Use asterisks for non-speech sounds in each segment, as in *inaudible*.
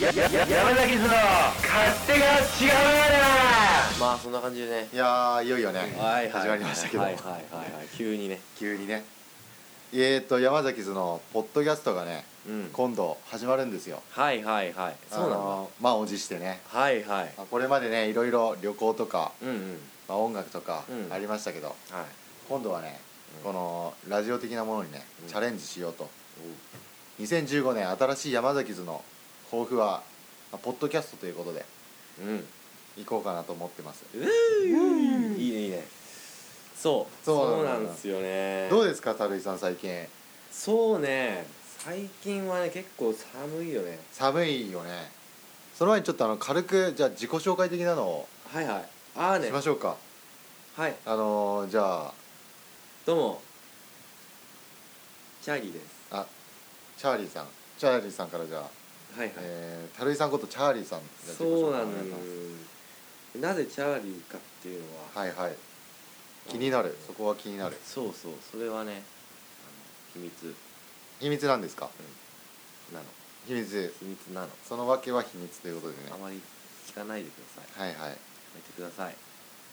山崎の勝手が違うまあそんな感じでねいやーいよいよね、はいはい始まりましたけど、はいはいはいはい急にね急にねえー、と山崎図のポッドキャストがねうん今度始まるんですよはいはいはいそうなんだあの満を持してねはいはいまあこれまでねいろいろ旅行とか、うんうんまあ、音楽とかうんありましたけど、はい今度はねうんこのラジオ的なものにね、うんチャレンジしようと2015年新しい山崎図の抱負は、まあポッドキャストということでうん行こうかなと思ってますうんいいねいいねそうそうななんだんですよねどうですか樽井さん最近そうね最近はね結構寒いよね寒いよねその前にちょっとあの軽くじゃあ自己紹介的なのをはいはいああねしましょうか、はいあのー、じゃあどうもチャーリーですあチャーリーさんチャーリーさんからじゃあ、はいはい、えー、樽井さんことチャーリーさんじゃあ自己そ紹うな介お願いしんだますなぜチャーリーかっていうのは、はいはい気になるそこは気になるそうそうそれはねあの秘密秘密なんですかなの秘密秘密なのそのわけは秘密ということでねあまり聞かないでくださはいいはいやめてください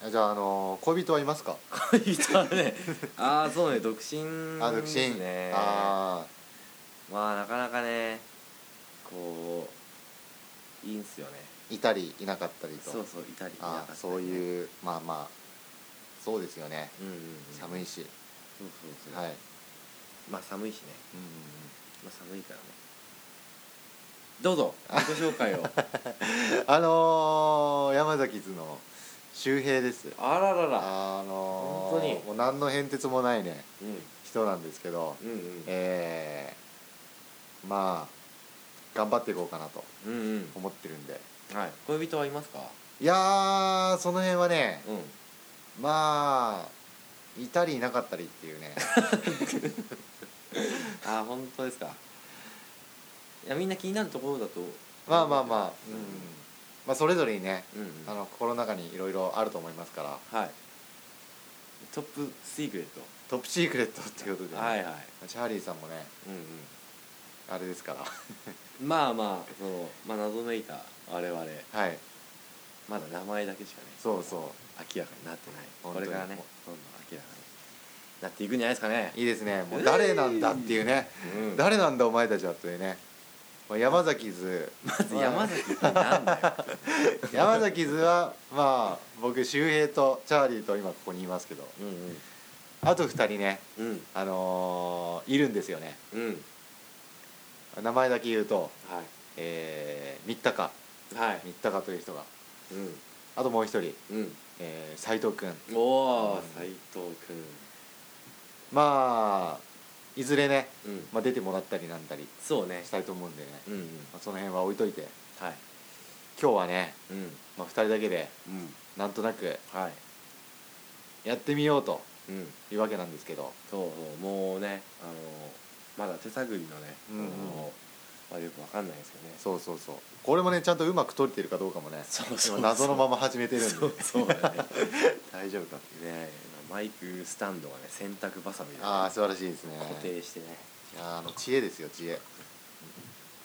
あじゃああのー、恋人はいますか恋 *laughs* 人はねああそうね独身あ独で身すねあまあなかなかねこういいんすよねーいたりいなかったりとそうそういたりいなかあったーりそうういうまあまあそうですよねうんうんうん寒いし、そうそうそうはい、うんまあ寒いしねまあ寒いからねどうぞ自己 *laughs* 紹介をあのー、山崎図の周平ですあらららあのー、本当にもう何の変哲もないねうん人なんですけどうんうんえー、まあ頑張っていこうかなとうんうん思ってるんではい恋人はいますかいやーその辺はねうんまあいたりいなかったりっていう *laughs* ねあー本当ですかいやみんな気になるところだとまあまあまあ、うんまあ、それぞれにねうん、うんあの心の中にいろいろあると思いますからはいトップシークレットトップシークレットっていうことで、はいはいチャーリーさんもねうんあれですからうんまあまあそのまあ謎めいた我々はいまだ名前だけしかねそうそ明らかになってない本こ当にれからねどんどん明らかになっていくんじゃないですかねういいですねもう誰なんだっていうね、うん誰なんだお前たちはというねまあ山崎図まず山崎ってなんだよ山崎図はまあ僕周平とチャーリーと今ここにいますけどうんあと2人ねうんうんあのーいるんですよねうん名前だけ言うとはえー、三鷹いはい三鷹という人がうんあともう一人、うんえー、斉藤君おうおん斎藤君まあいずれね、うんまあ、出てもらったりなんだりそうねしたいと思うんでね、うんうんまあ、その辺は置いといてはい今日はね、うんまあ、2人だけでうんなんとなくはいやってみようとうんいうわけなんですけどそうそうもうねあのまだ手探りのね、うんうんあのまあ、よくわかんないですよねそうそうそうこれもねちゃんとうまく撮れてるかどうかもねそう今謎のまま始めてるんでそうそうだね大丈夫かねマイクスタンドがね洗濯ばさみでね、ああ素晴らしいですね固定してねいやーあの知恵ですよ知恵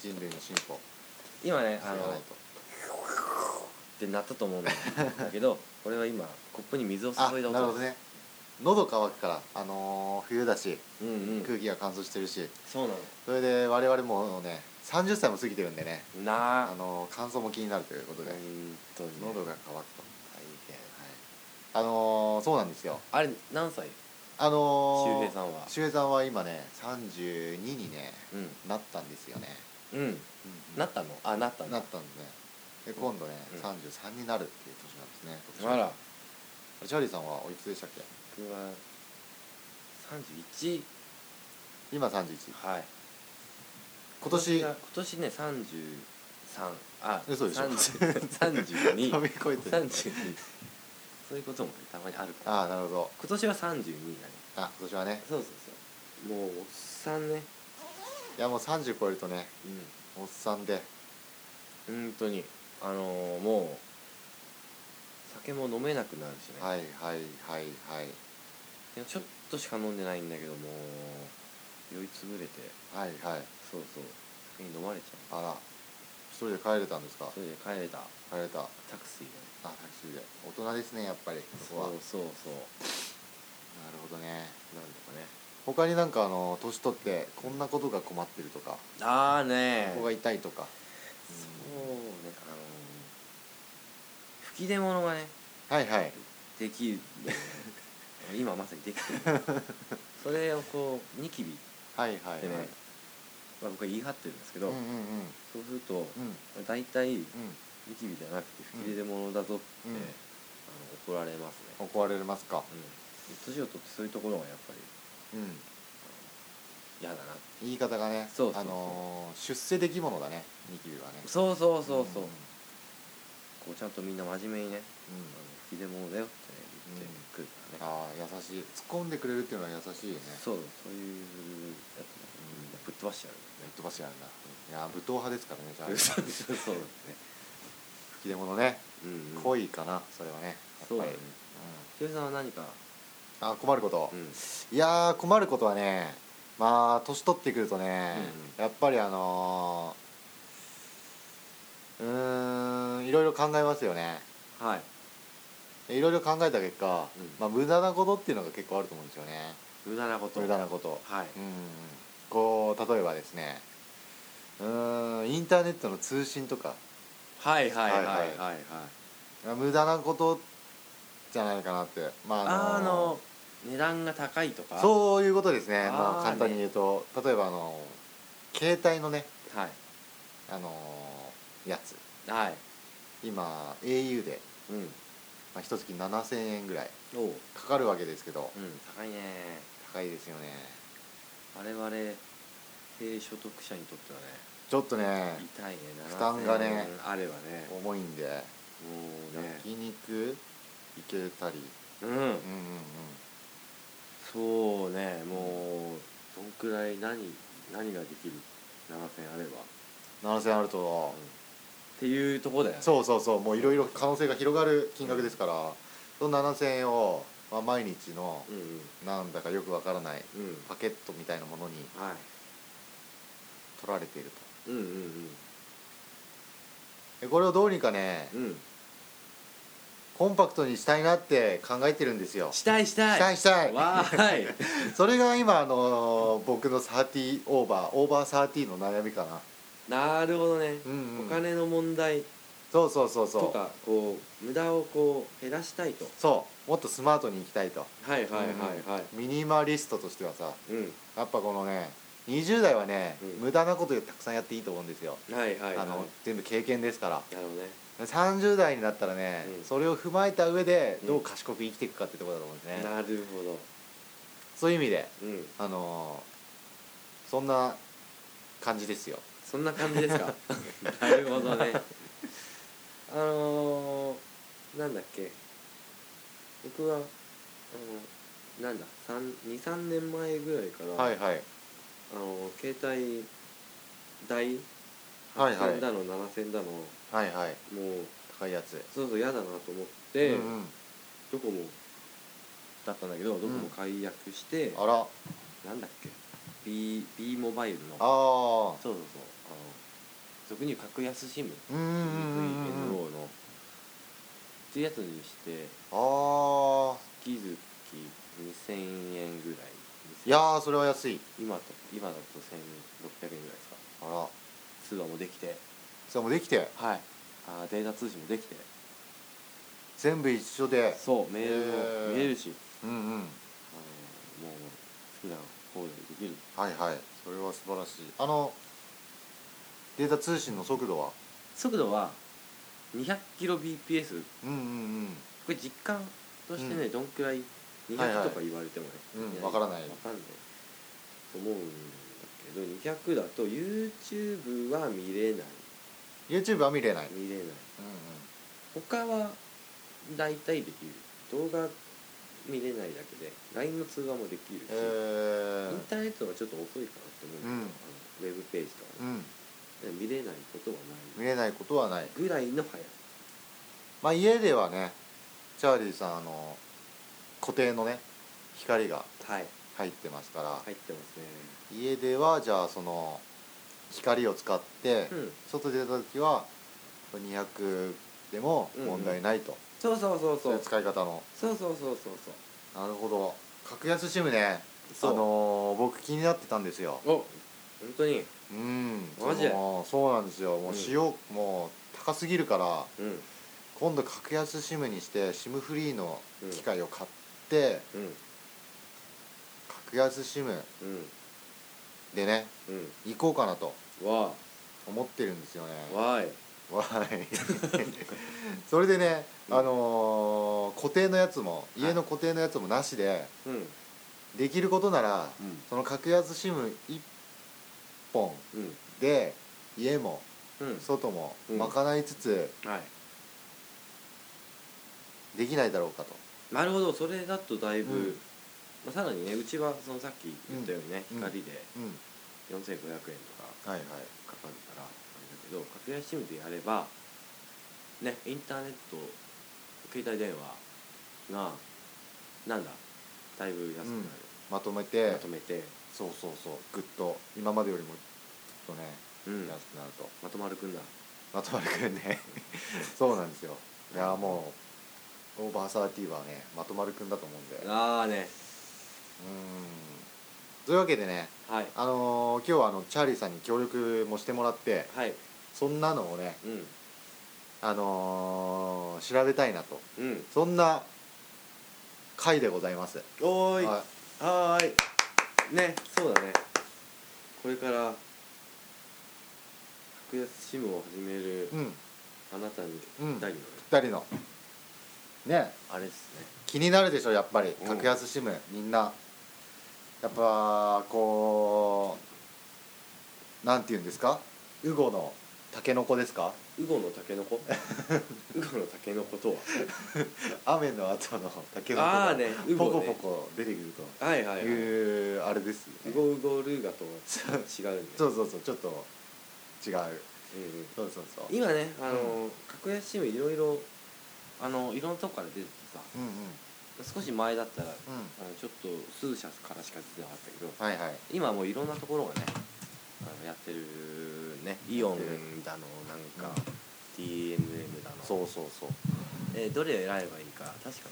人類の進歩今ね知らあないのっとてなったと思うんだけどこれは今コップに水を注あないるだ音ほどね喉乾くからあのー冬だしうんうん空気が乾燥してるしそうなそれで我々もうね30歳も過ぎてるんでねのなああのー乾燥も気になるということ本で当に、ね、喉が乾大くと変あのーそうなんですよあれ何歳あの周ー平さんは周平さんは今ね32にねうんなったんですよねうんなったのあなったのなったんでねで今度ね、うん33になるっていう年なんですねあらチャーリーさんはおいくつでしたっけ僕は31今31はい今年が今年ね33あ嘘でしょ *laughs* 飛3232び越えてるそういうこともねたまにあるからああなるほど今年は32だねあ今年はねそうそうそうもうおっさんねいやもう30超えるとねおっさんでうん本当にあのーもう酒も飲めなくなるしね、はいはいはいはいいやちょっとしか飲んでないんだけどもう酔いつぶれてはいはいそうそう酒に飲まれちゃうあら一人で帰れたんですかそれで帰れた帰れたあタクシーでタクシーで大人ですねやっぱりそそうこはなるそうそうほどねなんとかね他になんかあの年取ってこんなことが困ってるとかああねここが痛いとかそうねあの吹き出物がねはいはいできる *laughs* 今まさにできてる *laughs* それをこうニキビはいはいはいでね、まあ、僕は言い張ってるんですけうど、んうんうんそうするとうん大体ニうキビじゃなくて吹き出物だぞって、うんあの怒られますね、ん怒られますかうん、年を取ってそういうところがやっぱりうん嫌だな言い方がねそうそうそうあのー出世できものだねニキビはねそうそうそうそう、んこうちゃんとみんな真面目にね「あのん吹き出物だよ」ってね言っうんてくるからね、ああ優しい突っ込んでくれるっていうのは優しいよねそうそういうやつもみんなぶっ飛ばして *laughs* やるぶっ飛ばしやるんだいや武闘派ですからねじゃあそうですね、 *laughs* 吹き出物ねうんうん、恋かなそれはねやっぱそりうだねヒロさんは何か、うんあ困ることうん、いやー困ることはねまあ年取ってくるとね、やっぱりあのー、うーんいろいろ考えますよねはいいろいろ考えた結果、うんまあ、無駄なことっていうのが結構あると思うんですよね無駄なこと無駄なことはい、うんこう例えばですねうーんインターネットの通信とかはいはいははいはいいはいはい無駄なことじゃないかなってまあああのーの値段が高いとかそういうことですねあーまあ、簡単に言うと、例えばあの携帯のねうはいあのーやつはい今 au で、うんまあ、一月7000円ぐらいおうかかるわけですけどうん高いね高いですよね我々低所得者にとってはねちょっとね痛いね負担がね7000あればねも重いんでうね焼肉いけたりうんうんうんうんそうねもうどんくらい何何ができる7000あれば、 7000あるうん、っと、ていうとこだよねそうそうそうもういろいろ可能性が広がる金額ですから、その7000円を、まあ、毎日のうんうんなんだかよくわからないうんパケットみたいなものには取られているというんうんでこれをどうにかねうんうんコンパクトにしたいなって考えてるんですよしたいしたいしたいしたいわー *laughs* いそれが今あのー僕の30オーバーオーバー30の悩みかななるほどね、うんうんお金の問題そうそうそうとそうかこう無駄をこう減らしたいとそうもっとスマートに行きたいとはいはいはいはいミニマリストとしてはさうん、やっぱこのね20代はね、うん無駄なことをたくさんやっていいと思うんですよ、はいはいはいあの全部経験ですからなるほどね30代になったらね、うんそれを踏まえた上でうんどう賢く生きていくかってところだと思うんですね、なるほどそういう意味でうんあのーそんな感じですよそんな感じで *laughs* すかなるほどねあのー、なんだっけ僕はあのなんだ23年前ぐらいから、はいはいあの携帯代はいはい8000だの7000だのもはいはいう高いやつ、そうそう嫌だなと思って、うんうんドコモだったんだけどドコモ解約して、あらあなんだっけ B, B モバイルのあーそうそうそうあの俗に言う格安シムうんうんうんうん VNO のっていうやつにしてあー月々2000円ぐらいいやーそれは安い今と今だと1600円ぐらいですかあら通話もできてそれもできてはいあーデータ通信もできて全部一緒でそうメールへーも見れるし、うんうんあのもう好きな方でできるはいはいそれは素晴らしいあのデータ通信の速度は速度は 200kbps うんうんこれ実感としてね、うどんくらいはいは200いとか言われてもね、うんわからないわかんないと思うんだけど200だと YouTube は見れない YouTube は見れない、うん見れない他は大体できる動画見れないだけで LINE の通話もできるし、えイーンターネットがちょっと遅いかなって思うんだけど、あのウェブページとかうね、ん、見れないことは見なれいないことはないぐらいの速さまあ家ではねチャーリーさんあの固定のね光がはい入ってますから、入ってますね家ではじゃあその光を使って、うん外出た時は200でも問題ないと、そうそうそうそそういうう使い方のそうそうそうそうそうなるほど格安シムねあそうのー僕気になってたんですよお本当にうんマジでそのそうなんですよもううん使用、もう高すぎるからうん今度格安 SIM にして SIM フリーの機械を買って、うん格安 SIM うんでね行こうかなとうんわ思ってるんですよねーわーいわい *laughs* それでね、あのー固定のやつもい家の固定のやつもなしでうんできることならうんその格安 SIM1 本うんで家もうん外もうん賄いつつはいできないだろうかと、なるほどそれだとだいぶ、うんまあ、さらにねうちはそのさっき言ったようにね、うん光でうん4500円とかはいはいかかるからあれだけど格安シムでやればねインターネット携帯電話がなんだだいぶ安くなる、まとめてまとめて、そうそうそうぐっと今までよりもちょっとねうん、安くなるとまとまるくんだまとまるくんね *laughs* そうなんですよいやもうオーバーサーティーはねまとまるくんだと思うんでうーんああねというわけでねはいあのー今日はあのチャーリーさんに協力もしてもらってはいそんなのをねうんあのー調べたいなとうんそんな回でございますおーいははーいねそうだねこれから格安シムを始めるいうんあなたにうん二人のね、 2人のねあれですね気になるでしょやっぱりうん格安シムみんなやっぱこうなんて言うんですかウゴのタケノコですかウゴのタケ *laughs* ノコウゴのタケノコとは雨の後のタケノコあがーねウポコゴねポコ出てくるはいはいはとい、いうあれですよウねゴウゴルーガとは違うね、そううそうそうちょっと違ううんそうそうそう今ねあの、格安シムいろいろあのいろんなとこから出ててさうんうん少し前だったらあうんのちょっと数社からしか出てなかったけどはいはい今もういろんなところがねあのやってるねイオンだのなんか、DMM だのそうそうそうえーどれを選べばいいか確か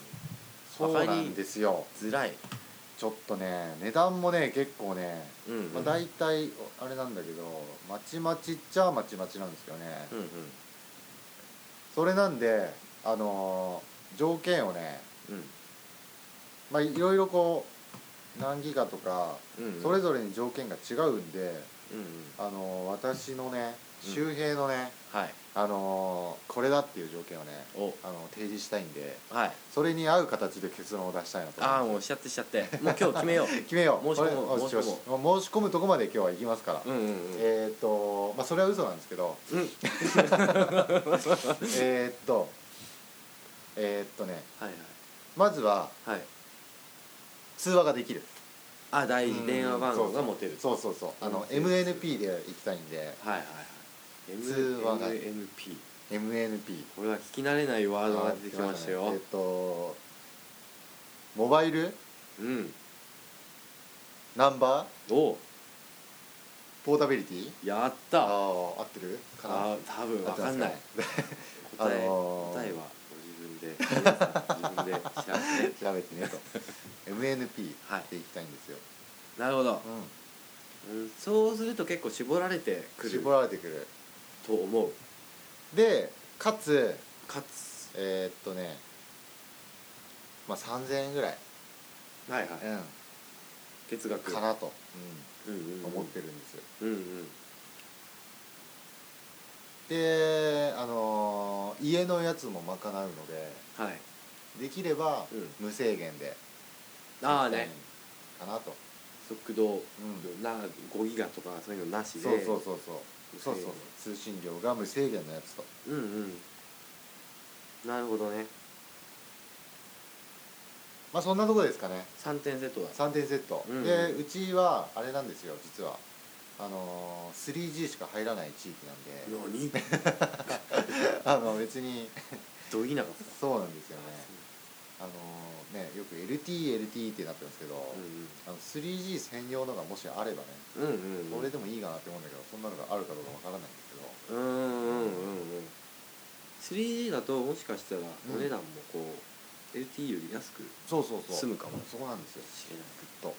そうなんですよに辛いちょっとね値段もね結構ねうんうん、まあ、大体あれなんだけどまちまちっちゃまちまちなんですよね、うんうんそれなんであのー条件をねうんまあいろいろこう何ギガとかうんうんそれぞれに条件が違うんで、うんうんあのー私のねうん周平のね、はいあのーこれだっていう条件をねおあの提示したいんではいそれに合う形で結論を出したいなとああ思いもうしちゃってしちゃってもう今日決 *laughs* めよます決めよう申し込もうこれよしよし申しもう申し込むとこまで今日は行きますから、ううんうんうんえーっとまあそれは嘘なんですけど *laughs* うんえーっとえーっとねはいまずははいはい通話ができるあ大事電話番号が持てるそうそうそうあのうん MNP で行きたいんではいはいはい通話が MNP MNP これは聞き慣れないワードが出てきましたよえーっとモバイルうんナンバーおポータビリティやあっあたあ合ってるかなー多分わかんなあい答えのー答えはご自分で自分で調べて調べてねと MNP はいで行きたいんですよ、なるほどうんそうすると結構絞られてうくん、る絞られてくると思うでかつかつえーっとねまあ3000円ぐらい、はいはい月う額ん、かなと、うんうんううんん、思ってるんですようんうんであのー家のやつも賄うのではいできればうん無制限で、ああねかなと、速度うな5ギガとかそういうのなしでそうそうそうそう無制そう限そう通信料が無制限のやつとうんうんなるほどねまあそんなとこですかね3点セットだ3点セット、うんでうちはあれなんですよ実はあのー 3G しか入らない地域なんで、何あの別にどぎなかった *laughs* そうなんですよねあのねよく LTELT ってなってるんですけど、あの 3G 専用のがもしあればね、うんうんそれでもいいかなって思うんだけどそんなのがあるかどうかわからないんですけどうんうんうんうん 3G だともしかしたらお値段もこう、LTE より安くそうそうそう済むかもそこなんですよしれないきっと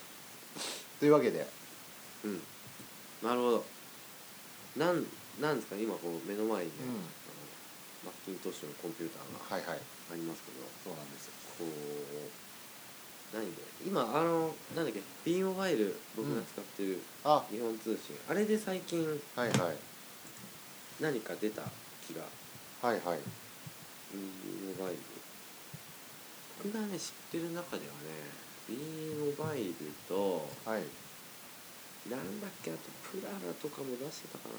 というわけでうんなるほどなんなんですか今こう目の前に、うんあのマッキントッシュのコンピューターがはいはいありますけど、そうなんですよこう何で今あのなんだっけ B モバイル僕が使ってるあ日本通信、あれで最近はいはい何か出た気がはいはい B モバイル僕がね知ってる中ではね B モバイルとはいはいなんだっけあとプララとかも出してたかな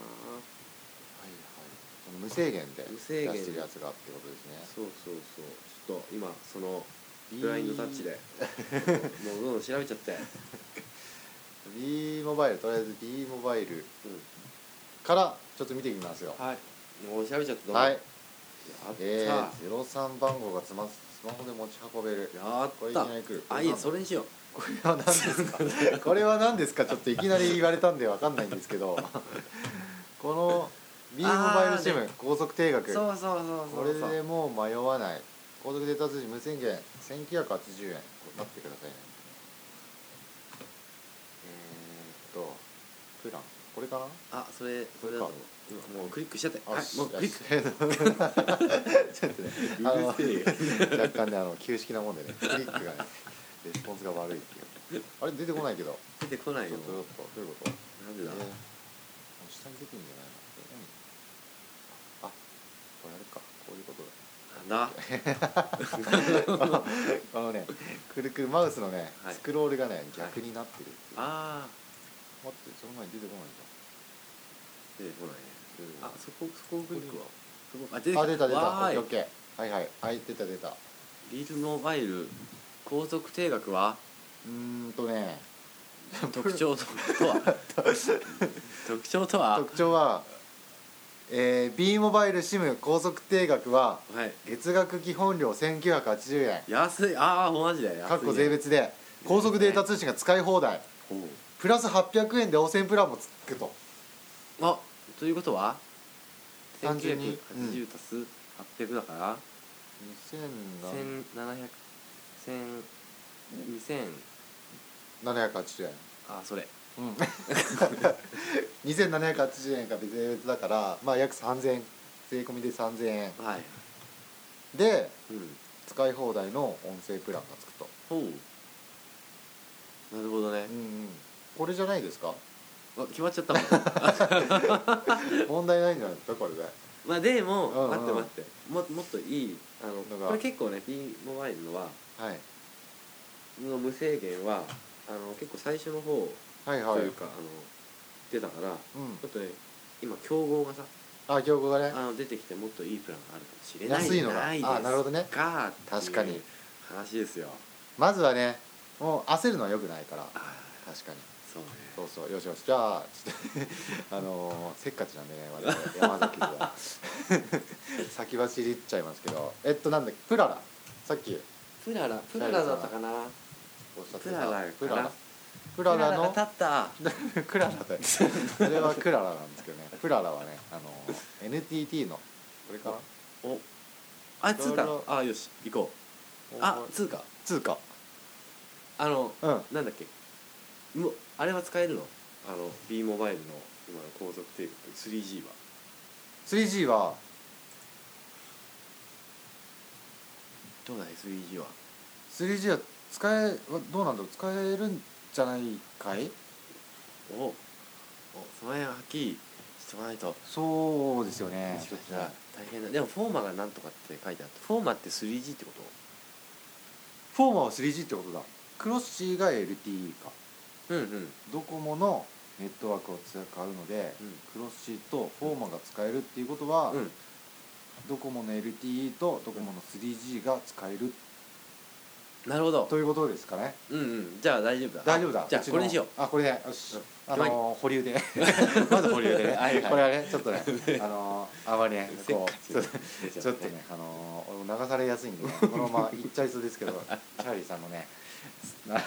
その無制限で無出制限してるやつがってことですねそうそうそうちょっと今そのビーブラインドタッチ *laughs* でもうどんどん調べちゃって、 B モバイルとりあえず B モバイルうからちょっと見てみますよん、はいもう調べちゃってどうもはやいっえた、ー、03番号がつまスマホで持ち運べるやこれいきっなり来るたあいいそれにしようこれは何ですか *laughs* これは何ですかちょっといきなり言われたんでわかんないんですけ *laughs* どこの B モバイルあー SIM ね高速定額そうそうそこうそれうそうでもう迷わない高速データ通信無制限1980円待ってくださいねえー、っとプランこれかなあそれそれだと思う今もうクリックしちゃってはいしもうク *laughs* リックよしちょっとねあのうる若干ねあの旧式なもんでねクリックがねレスポンスが悪いっていうあれ出てこないけど出てこなちょっいとよちょっとどういうことなんでだえー下に出てんじゃないのあこれあれかこういうことだなんだあのねくるくるマウスのね、はいスクロールがね逆になってるっていう、ああ待ってその前に出てこないじ出てこないねゃんあそこそこをクリックはそこあ出あ出た出たオわッケーーいオッケーはいはいはい出た出たうビールモバイル高速定 *laughs* 額はーんとね特徴と *laughs* とは特徴とは特徴は、えー、B モバイル SIM 高速定額ははい月額基本料1980円安いああマジで安いねかっこ税別で高速データ通信が使い放題ほうプラス800円で汚染プランもつくとあということは単純に1980足す800だから千七百千二千2780円あそれうん *laughs* 2780円が税別だからまあ約3000円税込みで3000円はいでうん使い放題の音声プランがつくとほうなるほどねうんうんこれじゃないですかあ決まっちゃったもん問題ないんじゃないですかこれでまあでも、うんうん待って待ってももっといいあののがこれ結構ね B モバイルのははいの無制限はあの結構最初の方はいはといいうか、あの出たからうんちょっとね今競合がさあ競合がねあの出てきてもっといいプランがあるかもしれない安いのがないですあなるほどねか確かにっていう話ですよまずはねもう焦るのはよくないからああ確かにそうねそうそうよしよしじゃあちょっと *laughs* あのーせっかちなんでね我々山崎は *laughs* 先走りっちゃいますけどえっとなんだっけプララさっきプララプララだったかなおっしゃってプララかなプララプララのが立ったクララだよそれはクララなんですけどねプララはねあの NTT のこれかなおあ通い貨ろいあよし行こうあ通貨通貨あのうんなんだっけもうあれは使えるのあの B モバイルの今の高速定額 3G は 3G はどうだい 3G は 3G は使えどうなんだろう使えるんじゃないかいおおその辺ははっきりしとかないとそうですよね仕事が大変だでもフォーマがなんとかって書いてあったフォーマって 3G ってことフォーマは 3G ってことだクロッシーが LTE かうんうんドコモのネットワークを使うので、うんクロッシーとフォーマが使えるっていうことは、うんドコモの LTE とドコモの 3G が使えるなるほどということですかねうんうんじゃあ大丈夫だ大丈夫だじゃあうちのこれにしよあこれでよしうんあのー保留で *laughs* まず保留でねはいはいこれ *laughs* はねちょっ *laughs* とねあのーあまりねこうちょっとうちょっとね、あのー、流されやすいん *laughs* で、ね、このまま行っちゃいそうですけど、チャーリーさんのね、な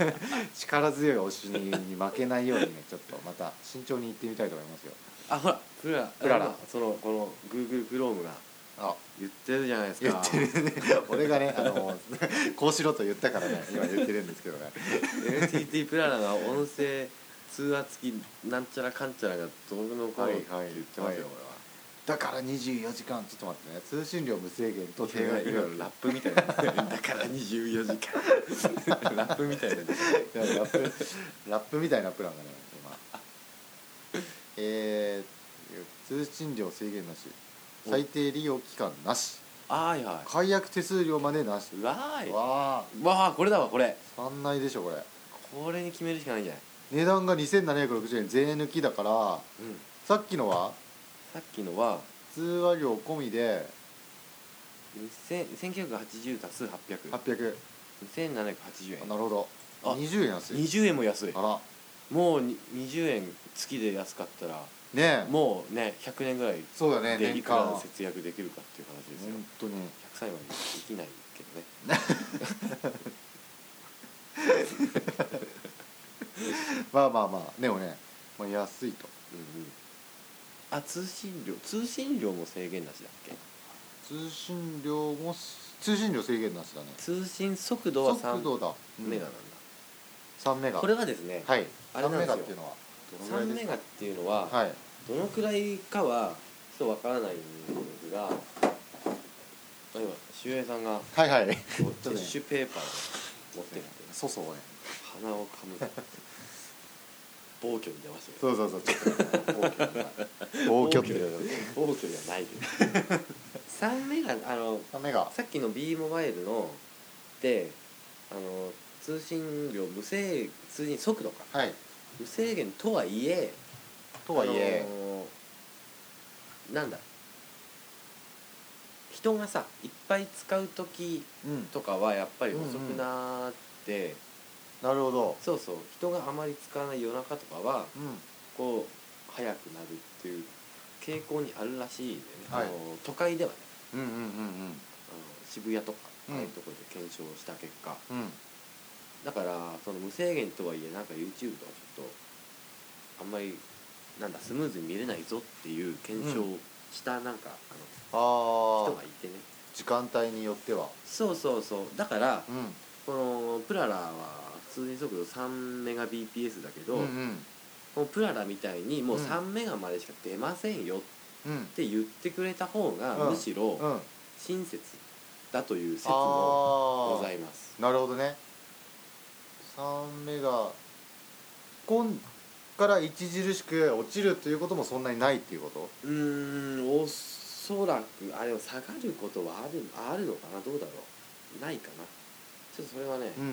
*laughs* 力強い推しに負けないようにね、ちょっとまた慎重に行ってみたいと思いますよ。あほらプラプララあそのこの Google Chrome があ言ってるじゃないです言かってるね、俺がね、あのーこうしろと言ったからね、今言ってるんですけどね、 NTT プララが音声通話付きなんちゃらかんちゃらがどうのこうのってはいはい言ってますよ、はいだから24時間、ちょっと待ってね、通信量無制限と低俺額は手が今ラップみたいなだから24時間ラップみたいなラップラップみたいなプランがね今えー、通信料制限なしお最低利用期間なしあーは解約手数料までなしいわーいわわああこれだわこれ三内でしょこれこれに決めるしかないんじゃない、値段が2760円税抜きだからうん、さっきのはさっきのは通話料込みで2000 1980足す800 800 2780円なるほどあ20円安い20円も安いあらもうに20円月で安かったらねえもうね100年ぐらいそうだねで年いくら間節約できるかっていう話ですよ本当に100歳までできないけどねまあまあまあでもね、まあ、安いとうんうんあ通信料通信料も制限なしだっけ通信料も通信料制限なしだね通信速度は3速度だ、うんメガなんだ3メガこれはですねはいあれ3なんでメすよガっていうのはどの3ぐらメいガっていうのははいどのくらいかはちょっとわからないんですが例えば秀平さんがはいはいはいこうティッシュペーパーを持ってきてそうそうね鼻をかむ *laughs* 暴挙に出ましたそようそうそうちょっとね暴挙っていう暴挙暴挙ではないです3 *laughs* メガあの3メガさっきの B モバイルのであの通信量無制通信速度かはい無制限とはいえとはいえあのなんだ人がさいっぱい使う時うんとかはやっぱり遅くなって、なるほどそうそう人があまり使わない夜中とかはうんこう早くなるっていう傾向にあるらしいんでね、はいあの都会ではねうんうんあの渋谷とかあうんあいうところで検証した結果、うんうんうんだからその無制限とはいえなんか YouTube とかちょっとあんまりなんだスムーズに見れないぞっていう検証をしたなんか、ああのー人がいてね時間帯によってはそうそうそうだからうんこのプララは普通に速度3メガ BPS だけど、うんうんこのプララみたいにもううん3メガまでしか出ませんよっうんて言ってくれた方がうんむしろうん親切だという説もあござあいますなるほどね3メガ今から著しく落ちるということもそんなにないっていうことうーんおそらくあれを下がることはあるあるのかなどうだろうないかなちょっとそれはね、うんうん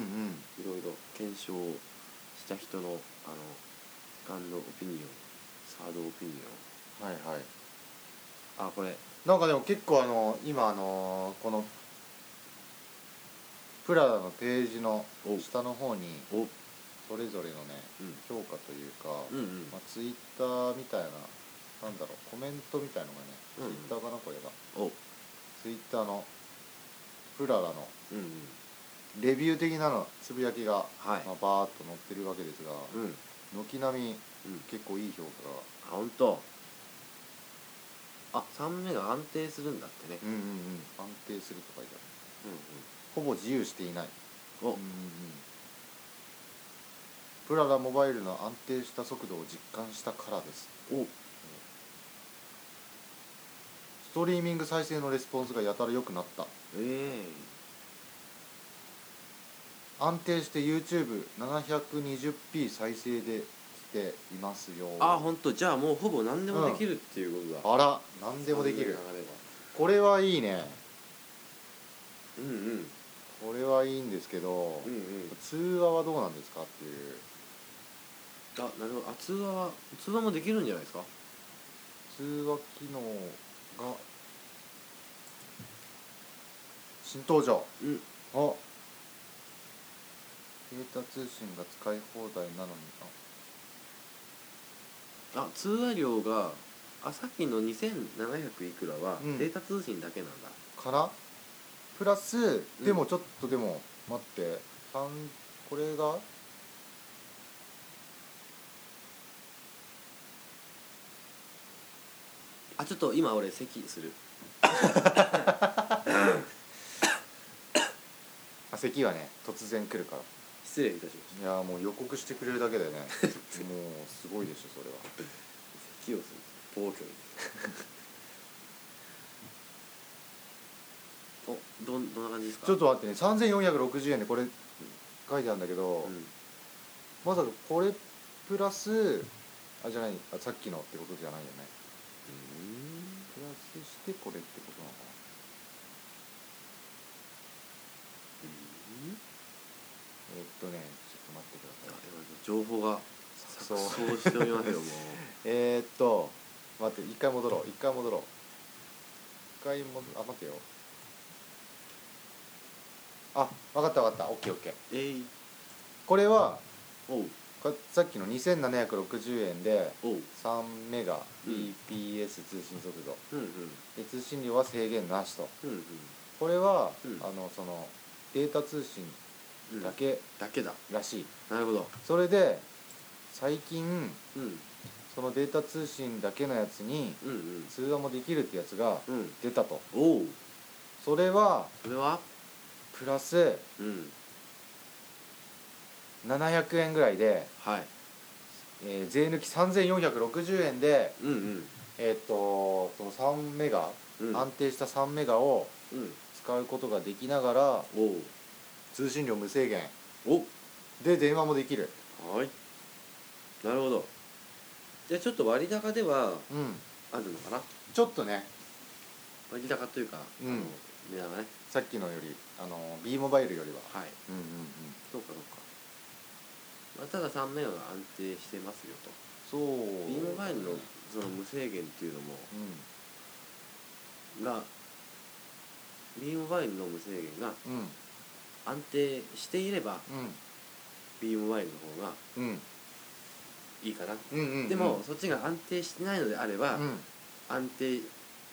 いろいろ検証した人のあのガンドオピニオンサードオピニはいはいオンあこれなんかでも結構あの今あのこのプラダのページのお下の方におそれぞれのねうん評価というか、うんうんまあ、ツイッターみたいななんだろうコメントみたいのがね、うんうツイんッターかなこれがおツイッターのプラダのうんうんレビュー的なのつぶやきがはいまあ、バーッと載ってるわけですがうんうん軒並み結構いい評価があ本当あ3目が安定するんだってねうんうんうん安定するとかいてあるうほぼ自由していないんうんうおんうんうんプララモバイルの安定した速度を実感したからですおストリーミング再生のレスポンスがやたら良くなったえ安定して YouTube720p 再生できていますよえあ本当じゃあもうほぼ何でもできるっていうことだ、あら何でもできる3目が流ればこれはいいねうんうんこれはいいんですけど、うんうん通話はどうなんですかっていうあなるほどあ通話は通話もできるんじゃないですか通話機能が新登場うんあデータ通信が使い放題なのにああ通話料があさっきの2700いくらはうんデータ通信だけなんだ、からプラスんでもちょっとでも、待って三これがあちょっと今俺咳するあ咳はね突然来るから失礼いたしましいやーもう予告してくれるだけだ *laughs* よねもうすごいでしょそれはた咳をする暴挙におどんどんな感じですかちょっと待ってね3460円でこれ書いてあるんだけど、うんまさかこれプラスあじゃないあさっきのってことじゃないよねプラスしてこれってことなのかなえーっとねちょっと待ってください情報が錯そう綜してお *laughs* りますよもうえー、っと待って一回戻ろう一回戻ろう一回戻あ待ってよあ分かった分かったオッケーオッケーえいこれはおうこさっきの2760円でおう3メガうん BPS 通信速度、うんうんで通信量は制限なしとうんこれは、うんあのそのデータ通信うんだけだけだらしい、なるほどそれで最近うんそのデータ通信だけのやつにうんうん通話もできるってやつがうん出たとおうそれはそれはプラスうん700円ぐらいで、はいえー税抜き3460円でうんうんえーっとその3メガ、うん安定した3メガをうん使うことができながらおう通信量無制限おで電話もできるはいなるほどじゃあちょっと割高ではうんあるのかなちょっとね割高というか、うんあの値段がねさっきのよりあの B モバイルよりははいうんうんうんそうかそうか、まあ、ただ3名は安定してますよとそう B モバイルのうんその無制限っていうのもが B モバイルの無制限がうん安定していればうん B モバイルの方がうんいいかな、うんうんうんでもそっちが安定してないのであれば、うんうん安定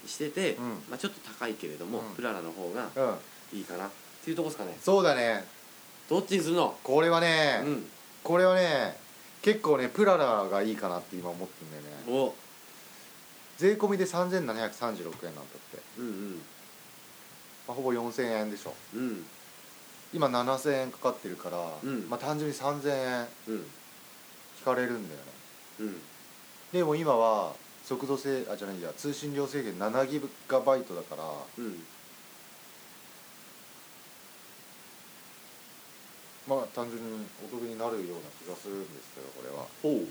してて、うんまあ、ちょっと高いけれども、うんプララの方がいいかなっていうとこですかねそうだねどっちにするのこれはうね、んこれはね結構ねプララがいいかなって今思ってんだよねお税込みで3736円なんだって、うんうんまあ、ほぼ4000円でしょうん今7000円かかってるから、うんまあ単純に3000円うん引かれるんだよねうんでも今は速度制あじゃないや通信量制限7ギガバイトだからうんまあ単純にお得になるような気がするんですけどこれはほ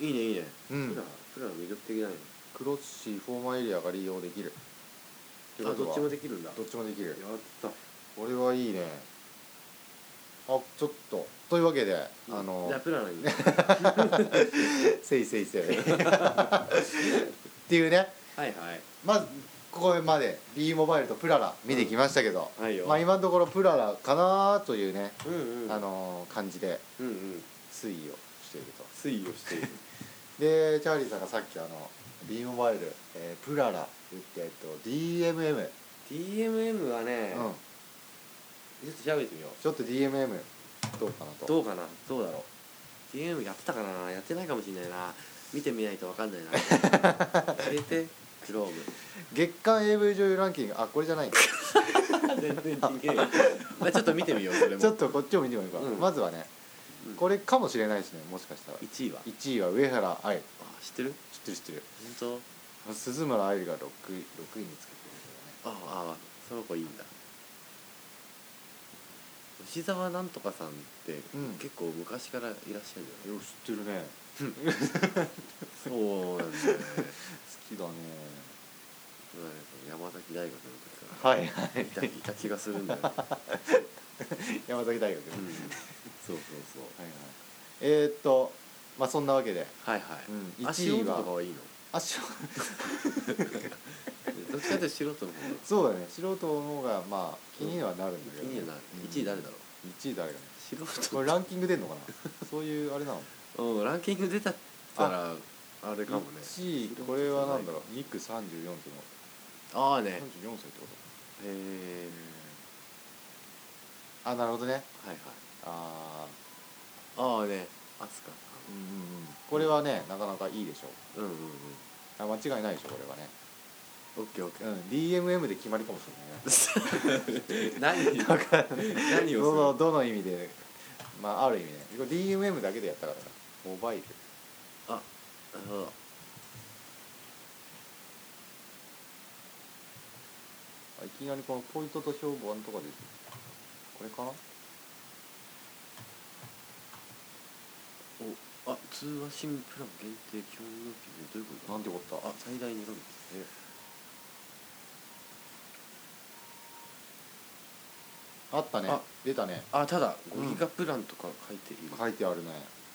ういいねいいね、うプラんプラの魅力的だねクロッシーフォーマイエリアが利用できるあてことどっはちもできるんだどっちもできるやったこれはいいねあちょっとというわけで、あじゃあのプララ *laughs* にせいせいせいっていうねはいはいまずここまで B モバイルとプララ見てきましたけど、はいよ、まあ、今のところプララかなというね、うんうんあのー感じでうんうん推移をしていると推移をして *laughs* いるでチャーリーさんがさっきあの B モバイル、えープララ言って、えっと、DMM、 DMM はね、うん、ちょっと調べてみよちょっと DMM どうかなうとどうかなどうだろう DMM やってたかなやってないかもしれないな見てみないとわかんない *laughs* な入れて Chrome 月間 AV 女優ランキングあこれじゃない *laughs* ち全然人間 *laughs* まあちょっと見てみようそれもょっとこっちを見てもいいか、うんまずはねうんこれかもしれないしねもしかしたら1位は1位は上原愛知っあ知ってるてる知ってる本鈴村愛理が 6, 位6位につけて当あああその子いいんだ吉沢なんとかさんって、うん結構昔からいらっしゃるよねるよねよ知ってるねそうなんだよね好きだね山崎大学のはいはい時からいたいた気がするんだよ *laughs* ね、 *laughs* 山崎大学ね、うんはいはい、そうそうそうえー、っとまあそんなわけで、はいはい、うん、足1位音とはかはいいの足音どっちかというと素人の方がそうだね素人の方がまあ気にはなるんだけ気ど、にはなる1位誰だろうう1位誰だね素こ人れランキング出ん *laughs* のかなそういうあれなのうんランキング出たったらあれかもね1位これはなんだろうミック34ってのああ34ねへ歳ってことえあなるほどねはいはいああああねあすかうんうんうんこれはねなかなかいいでしょうんうんうんあ間違いないでしょこれはねオッケーオッケうん DMM で決まりかもし *laughs* れーな何いねわかんない何どのをどの意味でまあある意味ねこれ DMM だけでやったからさモバイルするなるほどあいきなりこのポイントと評判とかでこれかなおあ通話新プラン限定基本料金でどういうことなんてこったあ最大2ヶ月えあったねあ出たねあただうん5ギガプランとか書いている、書いてあるね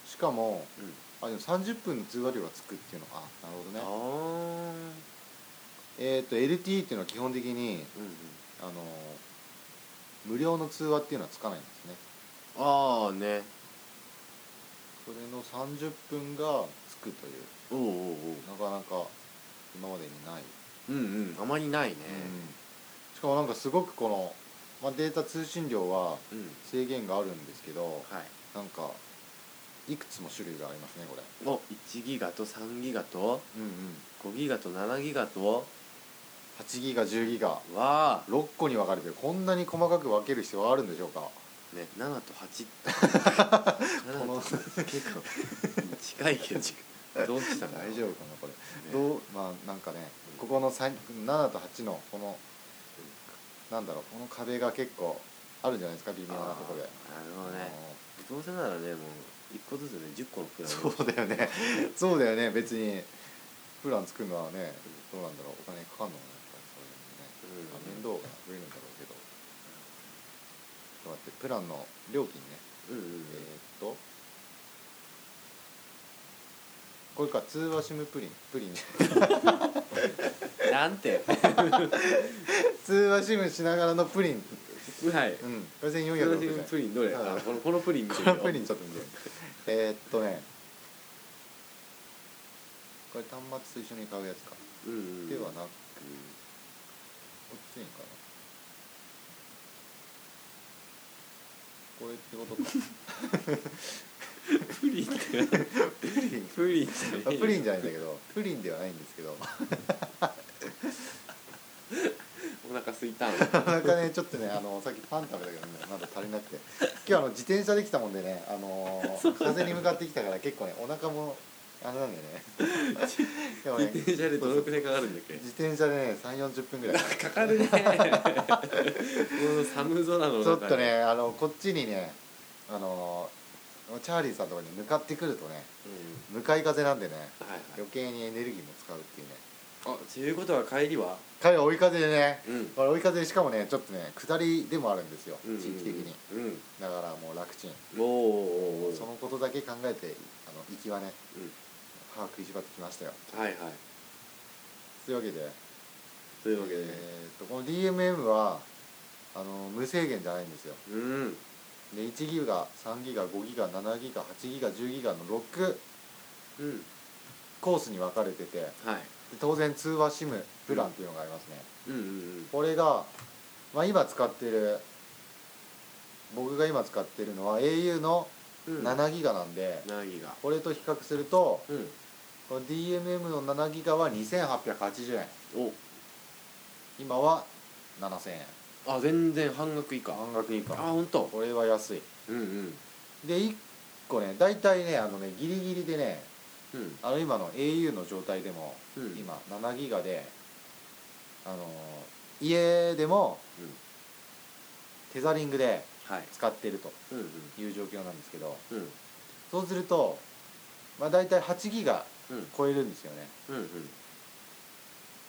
しかもうんあでも30分の通話料がつくっていうのあなるほどねあえっ、と LTE っていうのは基本的にあ、うんうん、あのー無料の通話っていうのはつかないんですねああねそれの30分がつくというおうおうおなうかなか今までにない、うんうんあまりないねしかもなんかすごくこの、まあ、データ通信量はうん、制限があるんですけどはいなんかいくつも種類がありますねこれお1ギガと3ギガとうんうん5ギガと7ギガと8ギガ10ギガわ6個に分かれてるこんなに細かく分ける必要はあるんでしょうかあ、ね、7と *laughs* 8こ *laughs* の結構近 *laughs* いけどどうしたの大丈夫かなこれ、ねどうまあなんかねここの3 7と8のこのなんだろうこの壁が結構あるんじゃないですか微妙なところであーなるほどねどうせならねもう1個ずつね10個のプうんランそうだよねそうだよね別にプラン作るのはねどうなんだろうお金かかんのかなやっぱりそういうのねうんまあ面倒が増えるんだろうけどちょっと待ってプランの料金ねうんうんうんえー、っとこれか通話シムプリンプリンなんて *laughs* 通話シムしながらのプリンはいうんこれプ1460円リンどれあこのこのプリン見てこみよのう *laughs* プリンちょっと見てえー、っとねこれ端末と一緒に買うやつか、うんうんではなくこうんっちにかな *laughs* これってことかプリンってプリンプリンじゃあプリンじゃないんねえだけどプリンではないんですけど *laughs* お腹すいたのなかなかねちょっとねあのさっきパン食べたけどねまだ足りなくて今日あの自転車できたもんでねあのー風に向かってきたから結構ねお腹もあれなんだよね *laughs* でもね自転車でどのくらいかかるんだっけ自転車でね3 4 0分ぐらいかかるねこの寒空の中でちょっとねあのこっちにねあのーチャーリーさんとかに向かってくるとねうん向かい風なんでねはいはい余計にエネルギーも使うっていうねあということは帰りは彼は追い風でねうん追い風でしかもねちょっとね下りでもあるんですようん地域的にうんだからもう楽ちんおーおーおーそのことだけ考えてあの行きはねう把握いじばってきましたよんはいはいというわけでといえうわけでねー、とこの DMM はあの無制限じゃないんですようんで1ギガ3ギガ5ギガ7ギガ8ギガ10ギガの6うんコースに分かれててではい当然通話 SIM プランっていうのがありますね、うんうんこれが、まあ、今使ってる僕が今使ってるのは au のうんうん7ギガなんで、 7ギガこれと比較するとうんこの DMM の7ギガは2880円お今は7000円あ全然半額以下半額以下あ本当これは安いうんうんで1個ね大体ねあのねギリギリでねうんあの今の au の状態でも、うん今7ギガであのー家でも、うんテザリングではい使ってるとうんいう状況なんですけどうんうんそうすると、まあ、大体8ギガうん超えるんですよねうんうん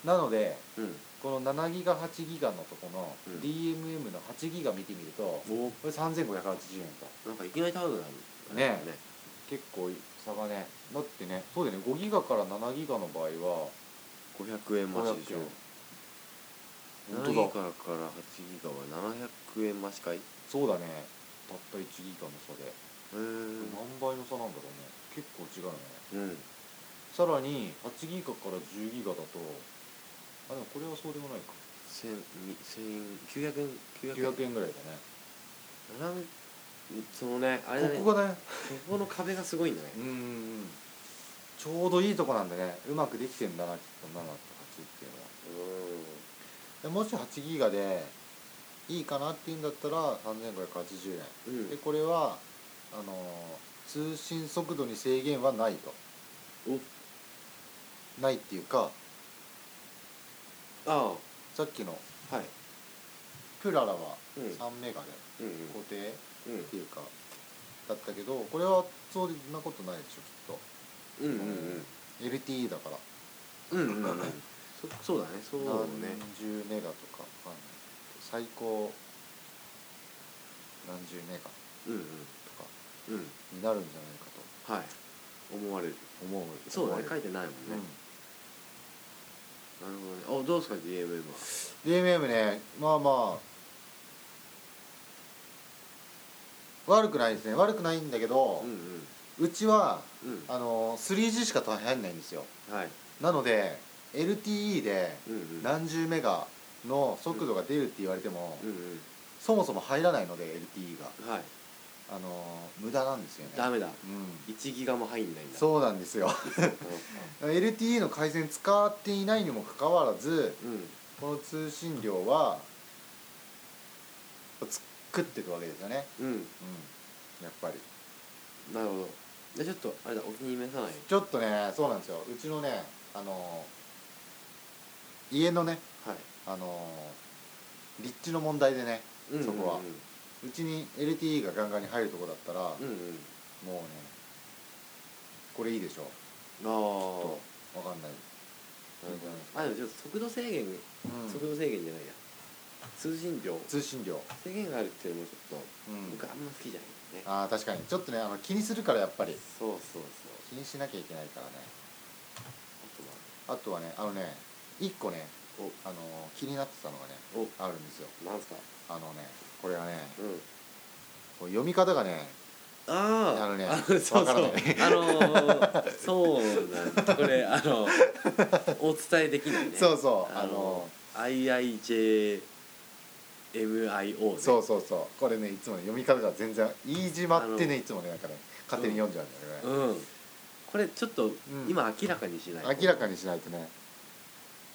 なのでうんこの7ギガ8ギガのとこのうん DMM の8ギガ見てみるとおこれ3580円となんかいきなり高くなるね結構差がねだってねそうだよね5ギガから7ギガの場合は500円増しでし500ょ円本当7ギだガから8ギガは700円増しかいへそうだねたった1ギガの差で、えうん何倍の差なんだろうね結構違うねさらに8ギガから10ギガだとあでもこれはそうでもないか千に千900円900円900円ぐらいだねなんそのねあれだねここがねここの壁がすごいんだねうーんちょうどいいとこなんでねうまくできてんだなきっと7と8っていうのはでもし8ギガでいいかなっていうんだったら3580円うん、うでん、これはあのー通信速度に制限はないとおないっていうかあさっきのあはいプララはうん3メガでうん固定うんっていうかだったけどこれはそんなことないでしょきっうんうんと LTE だからうんうんうんうんそそうだねそうだね何十メガとかわかんない最高何十メガとうんうんかうんになるんじゃないかとはい思われる思うそうだね書いいてないもんね、なるほどねあどうですか DMM は DMM ねまあまあ悪くないですね悪くないんだけどうん、うんうちはうんあの 3G しか入んないんですよはいなので LTE でうんうん何十メガの速度が出るって言われても、うんそもそも入らないので LTE がうんはいあのー無駄なんですよねダメだう1ギガも入んないんんだうそうなんですよ *laughs* LTE の回線使っていないにもかかわらずうんこの通信量は作っていくわけですよね、うんうん、やっぱりなるほどでちょっとあれだお気に召さないちょっとねそうなんですようちのねあのー家のねはいあのー立地の問題でねうんうんそうんこはうちに LTE がガンガンに入るとこだったら、うんもうねこれいいでしょうんあと分かんない、ああでもちょっと速度制限速度制限じゃないや通信量通信量、制限があるっていうのもちょっとうん僕あんま好きじゃないんだよねあー確かにちょっとねあの気にするからやっぱりそうそうそう気にしなきゃいけないからねあとあとははねあのね一個ねおあのー気になってたのがねおあるんですよなんすかあのねこれはねうんこう読み方がねあああのねそうそうわからないあのー、そうなんこれ *laughs* あのお伝えできないねそうそうああのの IIJMIO ねそうそうそうこれねいつもね読み方が全然飯島ってねいつもねなんかね勝手に読んじゃうんだよね、うんこれちょっとん今明らかにしないと、明らかにしないとね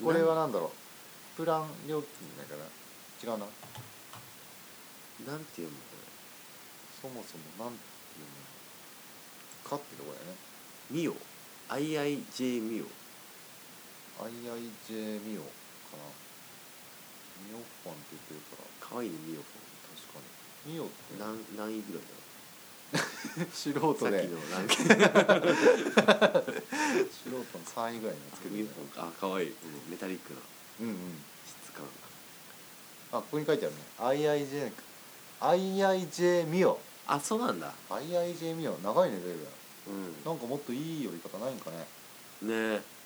これはなんだろうプラン料金だから違うななんていうのこそもそもなんていうのかってとこだよねれミオ IIJ ミ IIJ ミオかなミオファンって言ってるからオかわいいねミオ確かにミオって何何位ぐらい素人だろうさっできのランキング素人の3位ぐらいにつけてミるオんだよあかわいいこのメタリックなうんうん質感あここに書いてあるね IIJ IIJ ミオあそうなんだ IIJ ミオ長いねベルうなんかもっといい呼び方ないんかねんねえ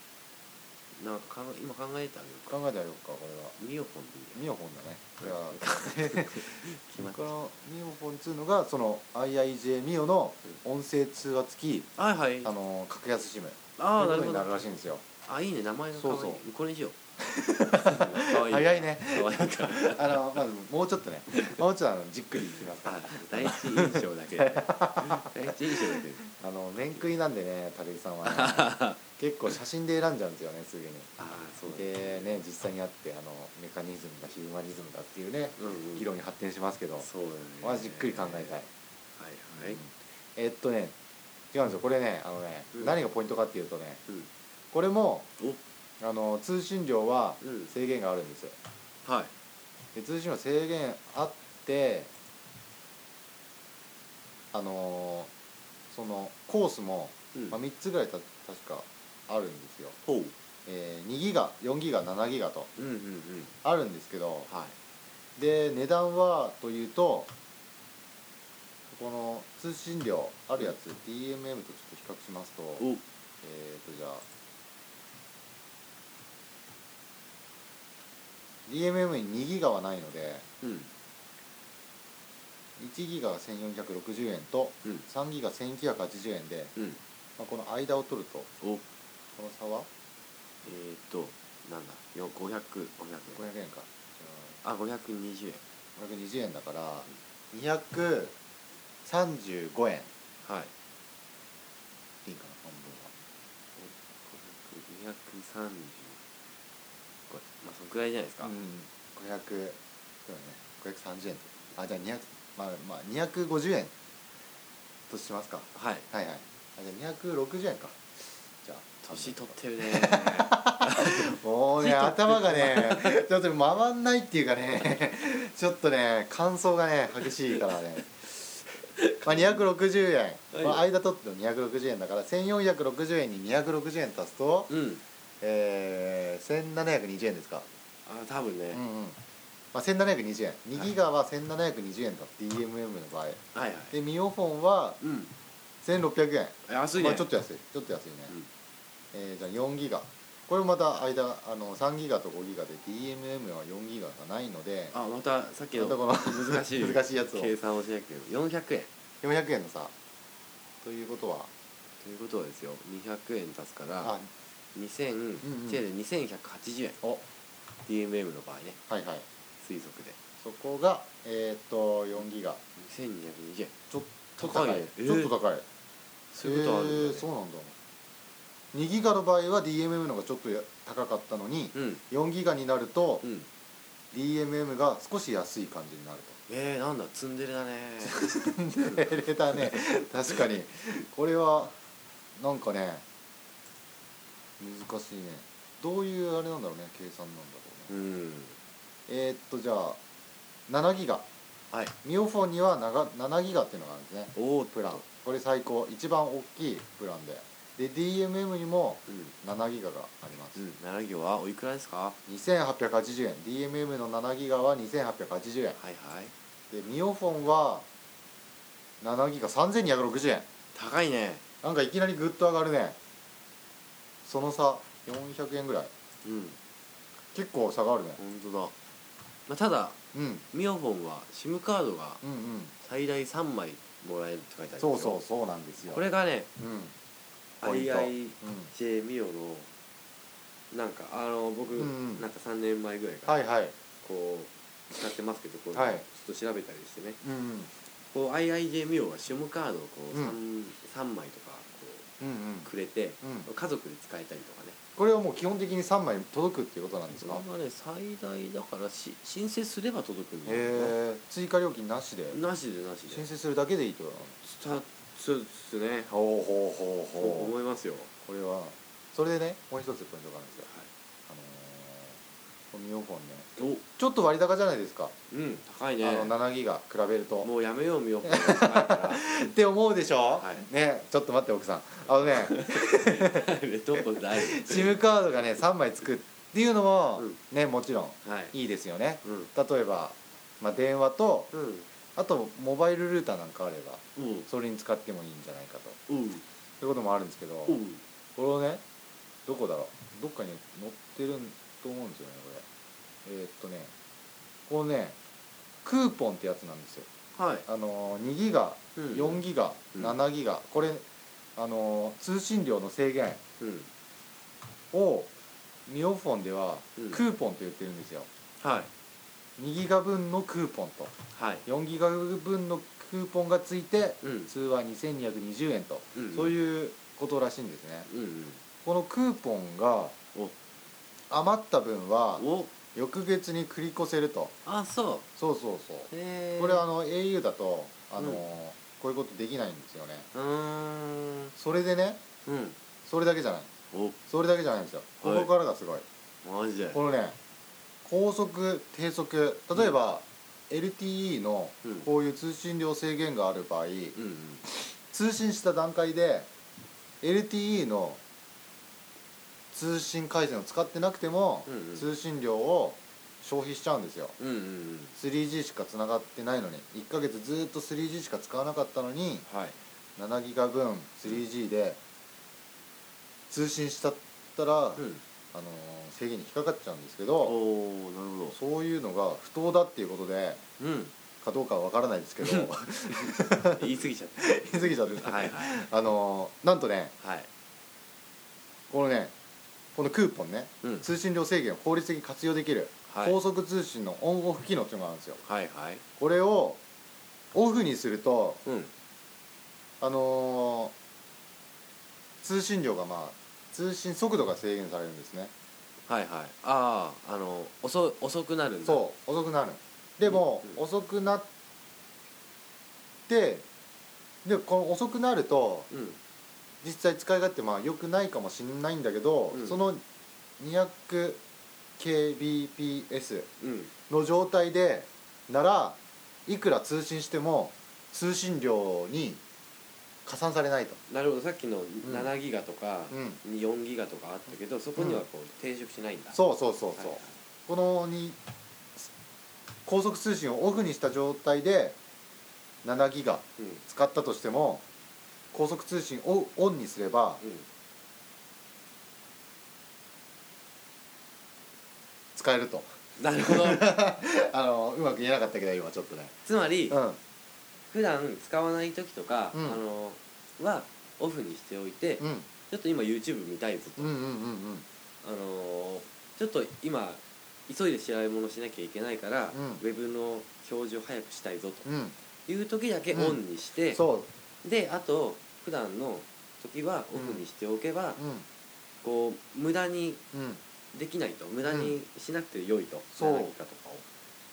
なんか考え今考えてあげようか考えてあげようかこれはミオフォンでいいミオフォンだねこれは決まっちこゃうのミオフォンっつうのがその IIJ ミオの音声通話付き、はいはいあの格安 SIM ああとないるうことほになるどらしいんですよあいいね名前がかわいいそうこれにしようかわい *laughs* い早いねかわいいからあのまずもうちょっとねもうちょっとあのじっくりいきますあ第一印 *laughs* 象だけ第一印象だけあの面食いなんでね垂井さんは、 *laughs* ね、結構写真で選んじゃうんですよねすぐにああそうだねでね実際にあってあのメカニズムがヒューマニズムだっていうねうんうん議論に発展しますけどそうだねまあじっくり考えたい、はいはいえっとね違うんですよこれねあのね、うん何がポイントかっていうとねうんこれもおあの通信量はうん制限があるんですよはいで通信量制限あってあのーそのコースも、うんまあ、3つぐらいた確かあるんですよ、ほうえー2ギガ4ギガ7ギガとうんうんうんあるんですけどはいで値段はというとこの通信量あるやつ、DMM とちょっと比較しますとえおー、とじゃあ DMM に2ギガはないのでうん1ギガが1460円とうん3ギガ1980円で、うんまあ、この間を取るとおこの差はえー、っとなんだよ500 500 500円かあ520円うん520円だから235円はいいいかな半分は500230これまあそのくらいじゃないですか、うん、500そうだね530円あじゃあ200まあまあ250円としますかはいはいはいあじゃあ260円かじゃあ年取ってるね *laughs* もうね頭がねちょっと回んないっていうかね *laughs* ちょっとね感想がね激しいから *laughs* ねまあ260円、はいまあ、間取っての260円だから1460円に260円足すと、うんえー、1720円ですかあ多分ね、うんうんまあ、1720円2ギガは1720円だ、DMM の場合はいはいでミオフォンはうん1600円、安いまね、あ、ちょっと安いちょっと安いね、うんえーじゃあ4ギガこれまた間あの3ギガと5ギガで DMM は4ギガがないのであまたさっきのまたこの難し *laughs* い難しいやつを計算をしなくても400円400円のさということはということはですよ200円足すからあん2000、うん違う違う2180円お DMM の場合ねはいはい推測でそこがえーっと4ギガ2220円ちょっと高高いいねえーちょっと高いそういうことはあるんだ、えねーそうなんだ2ギガの場合は DMM の方がちょっとや高かったのにうん4ギガになるとうん DMM が少し安い感じになるえー、なんだツンデレだねとえれたね *laughs* 確かにこれはなんかね難しいねどういうあれなんだろうね計算なんだろう *laughs* うねんえーっとじゃあ7ギガはいミオフォンには長7ギガっていうのがあるんですねおおプランこれ最高一番大きいプランでで DMM にもうん7ギガがあります、うん、7行はおいくらですかは2880円 DMM の7ギガは2880円いはいでミオフォンは7ギガ3260円高いねなんかいきなりグッと上がるねその差400円ぐらいうん結構差があるね、本当だ、まあ、ただうん、うんミオフォンは SIM カードがうん最大3枚もらえるって書いてあるんですそようそうそうなんですよこれがねうんポイント II う J ミオのなんかあの僕、うんうんなんか3年前ぐらいんかはらいはいこう使ってますけどこう、はいちょっと調べたりしてねうんうんこう IIJ ミオは SIM カードをこうう 3,、ん三枚とかこうんうくれてうんうん家族で使えたりとかねこれはもう基本的に3枚届くっていうことなんですそかれがね最大だからし申請すれば届くんだよへえ追加料金なしでななしでなしで申請するだけでいいとしたそうですねほうほうほうそうう思いますよ、はこれはそれでねもう一つポイントがあるんですよあのーこのミオフォンねい、おちょっと割高じゃないですか、うん高いねあの7ギガ比べるともうやめようミオフォンが高いからって思うでしょ、はねちょっと待って奥さんあのね *laughs* どこだい SIM カードがね3枚つくっていうのも、うんねもちろんはいいいですよねうん例えば、まあ、電話とうんあとモバイルルーターなんかあればうんそれに使ってもいいんじゃないかとうんそういうこともあるんですけど、うんこれをねどこだろうどっかに載ってると思うんですよねこれえーっとねこのねクーポンってやつなんですよはいあのー2ギガうん4ギガ、うん7ギガこれあのー通信量の制限うんをミオフォンではうんクーポンと言ってるんですよ、はい2ギガ分のクーポンとはい4ギガ分のクーポンがついてうん通話2220円と、うんそういうことらしいんですね、うんこのクーポンがお余った分はうんお翌月に繰り越せるとあそうそうそうそうへえこれあの au だとあの、うんこういうことできないんですよねうーんそれでねうんそれだけじゃないそれだけじゃないんですよこはいこからがすごい、おマジでこのね高速低速例えば、LTE のうんこういう通信量制限がある場合、うんうん通信した段階で LTE の通信回線を使ってなくても、うんうん通信量を消費しちゃうんですようんうんうん 3G しか繋がってないのに1ヶ月ずっと 3G しか使わなかったのにはい7ギガ分 3G で通信したったら、うんあの制限に引っかかっちゃうんですけどおおなるほどそういうのが不当だっていうことで *laughs* うんかどうかは分からないですけど言言い過ぎちゃっい過ぎちゃってたはいはい *laughs* あのなんとねはいこのねこのクーポンね、うん通信量制限を効率的に活用できる、はい高速通信のオンオフ機能っていうのがあるんですよはいはいこれをオフにするとうんあのー通信量がまあ通信速度が制限されるんですねはいはいあああの遅遅くなるんだそう遅くなるでも、うん遅くなってでこの遅くなるとううん実際使い勝手まあ良くないかもしれないんだけど、うんその 200kbps うんの状態でならいくら通信しても通信量に加算されないと、なるほどさっきの7ギガとかうん、 4ギガとかあったけどそこにはこう抵触しないんだそうそうそうはいそう、はいこのに高速通信をオフにした状態で7ギガうん使ったとしても高速通信をオンにすればうん使えるとなるほど *laughs* あのうまく言えなかったけど今ちょっとねつまりうん普段使わない時とか、うんあのはオフにしておいて、うんちょっと今 YouTube 見たいぞと、うんうんうんあのちょっと今急いで調べ物しなきゃいけないから、うんウェブの表示を早くしたいぞうんうんという時だけうんオンにして、そであと普段の時はオフにしておけううば、んこう無駄にうんできないと無駄にしなくて良いと、そう何かとかを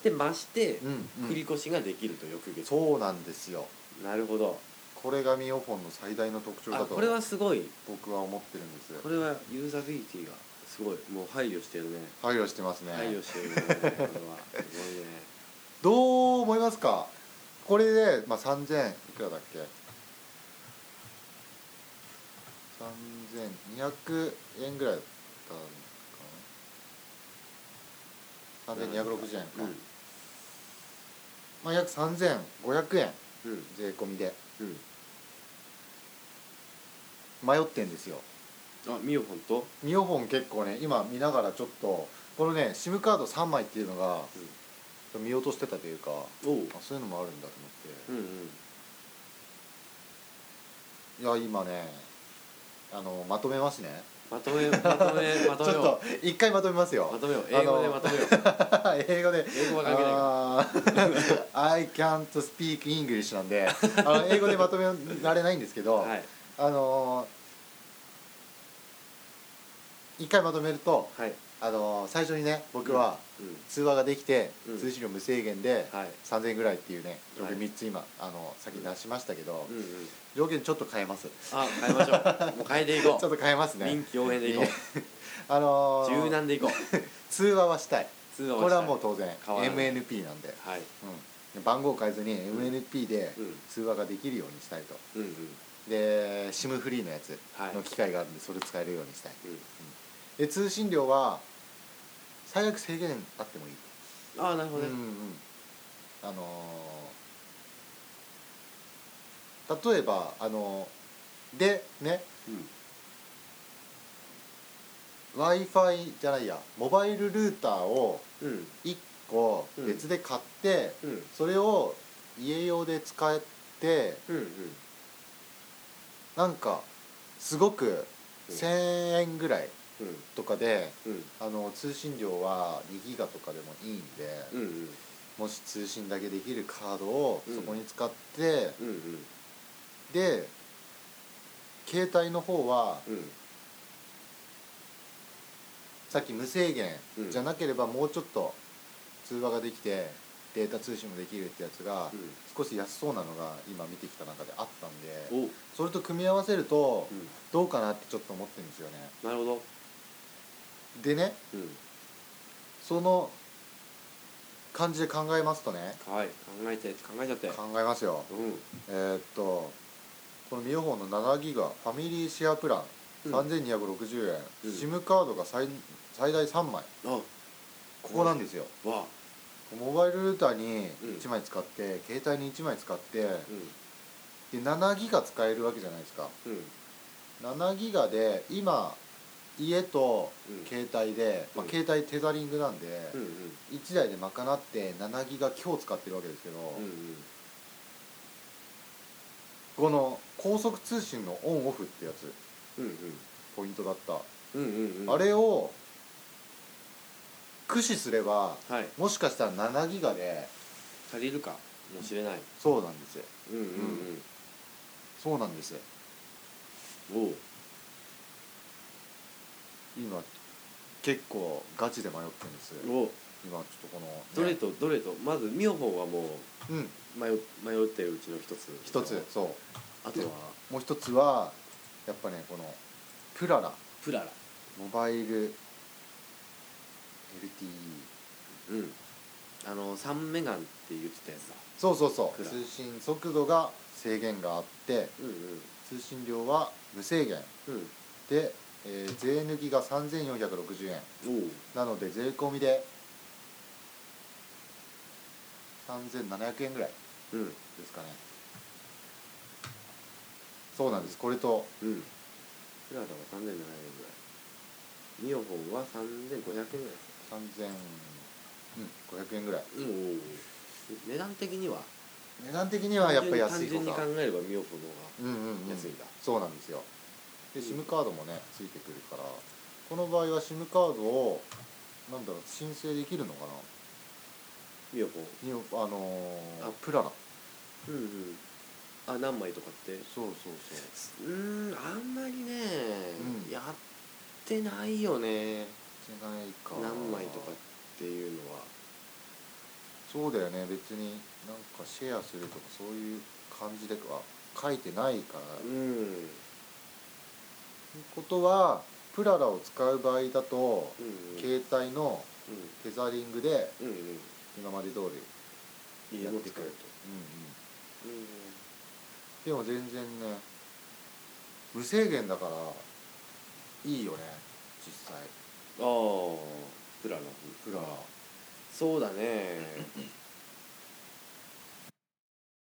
で増してうんう繰りん越しができると翌月、そうなんですよなるほどこれがミオフォンの最大の特徴あだこれはとすごい僕は思ってるんですこれはユーザビリティがすごいもう配慮してるね配慮してますね配慮してるねこれ *laughs* はすごいねどう思いますかこれで、まあ、3000いくらだっけ3200円ぐらいだったのかな3260円か、まあ、約3500円うんうん税込みでうん迷ってんですよあミオフォンとミオフォン結構ね今見ながらちょっとこのね SIM カード3枚っていうのが見落としてたというかおうあそういうのもあるんだと思って、うんうんいや今ねあのまとめますねまとめまとめまとちめょっよと一回まとめますうまよとめようあの英語でまとめよ *laughs* う英語で英語は関係ないかあー *laughs* I can't speak English なんであの英語でまとめられないんですけど、らはいあのー一回まとめると、はいあのー最初にね僕はうん通話ができて、うん通信量無制限ではい3000円ぐらいっていうね条はい件3つ今、あの先に出しましたけど、うんうん条件ちょっと変えますちあ変えましょうもう変えていょこっうと変えますね臨機応変でいこね *laughs* あうのー柔軟でいこう通話はしたい通話をしたいこれはもう当然変わらない MNP なんで、はいうん、番号変えずに MNP でうん通話ができるようにしたいとうんうんで SIM フリーのやつはいの機械があるんでそれ使えるようにしたいうんで通信量は最悪制限あってもいい、ああなるうほんどうねんあのー例えばあのーでねうん、 w i f i じゃないやモバイルルーターをうん1個別で買って、うんそれを家用で使ってうんうんなんかすごくうん1,000円ぐらいうんとかでうんあの通信量は2ギガとかでもいいんで、うんうんもし通信だけできるカードをうんそこに使って、うんで携帯の方はうんさっき無制限うんじゃなければもうちょっと通話ができてデータ通信もできるってやつが少し安そうなのが今見てきた中であったんうでんおそれと組み合わせるとうんどうかなってちょっと思ってるんですよねなるほどでねうんその感じで考えますとねはい考えて考えちゃって考えますようんえーっとこのミオホンの7ギガファミリーシェアプランうん3260円、うん SIM カードが最最大3枚あわここなんですよ、あモバイルルーターにうん1枚使って、携帯に1枚使ってうで7ギガ使えるわけじゃないですかんうん7ギガで今家とうん携帯で、うんまあ、携帯テザリングなんで、うんうん1台で賄って7ギガ強使ってるわけですけど、うんうんこの高速通信のオンオフってやつうんポイントだった、うんうんうんあれを駆使すればはいもしかしたら7ギガで足りるかもしれないそうなんですようんうんそうなんですうんおう今結構ガチで迷ってるんですおう今ちょっとこのね、どれとどれとまず妙法はもううん迷迷ったうちの一つ一つそあとはうもう一つはやっぱねこのプララプララモバイル LTE うんあの三メガンって言ってたやつだそうそうそうプラ通信速度が制限があってうんうん通信量は無制限うんで、えー税抜きが3460円おうなので税込みで3700円ぐらいうんですかねそうなんですこれとうんプララは三千七百円ぐらい妙法は三千五百円ぐらい3500円ぐらいうんおう値段的には値段的にはやっぱ安い単純方にが考えれば妙法のうんうんうん方が安いんだそうなんですよでうん SIM カードもねついてくるからこの場合は SIM カードをなんだろう申請できるのか妙法なにあのー、あプララうんうんあ何枚とかってそうそうそううーんあんまりね、うんやってないよねじゃないか何枚とかっていうのはそうだよね別になんかシェアするとかそういう感じでは書いてないから、うというんことはプララを使う場合だと、うんうん携帯のテザリングでうん今まで通りうんややっっててくくれれるうんるとうんうんでも全然ね無制限だからいいよね実際ああプラのプララ *laughs* そうだね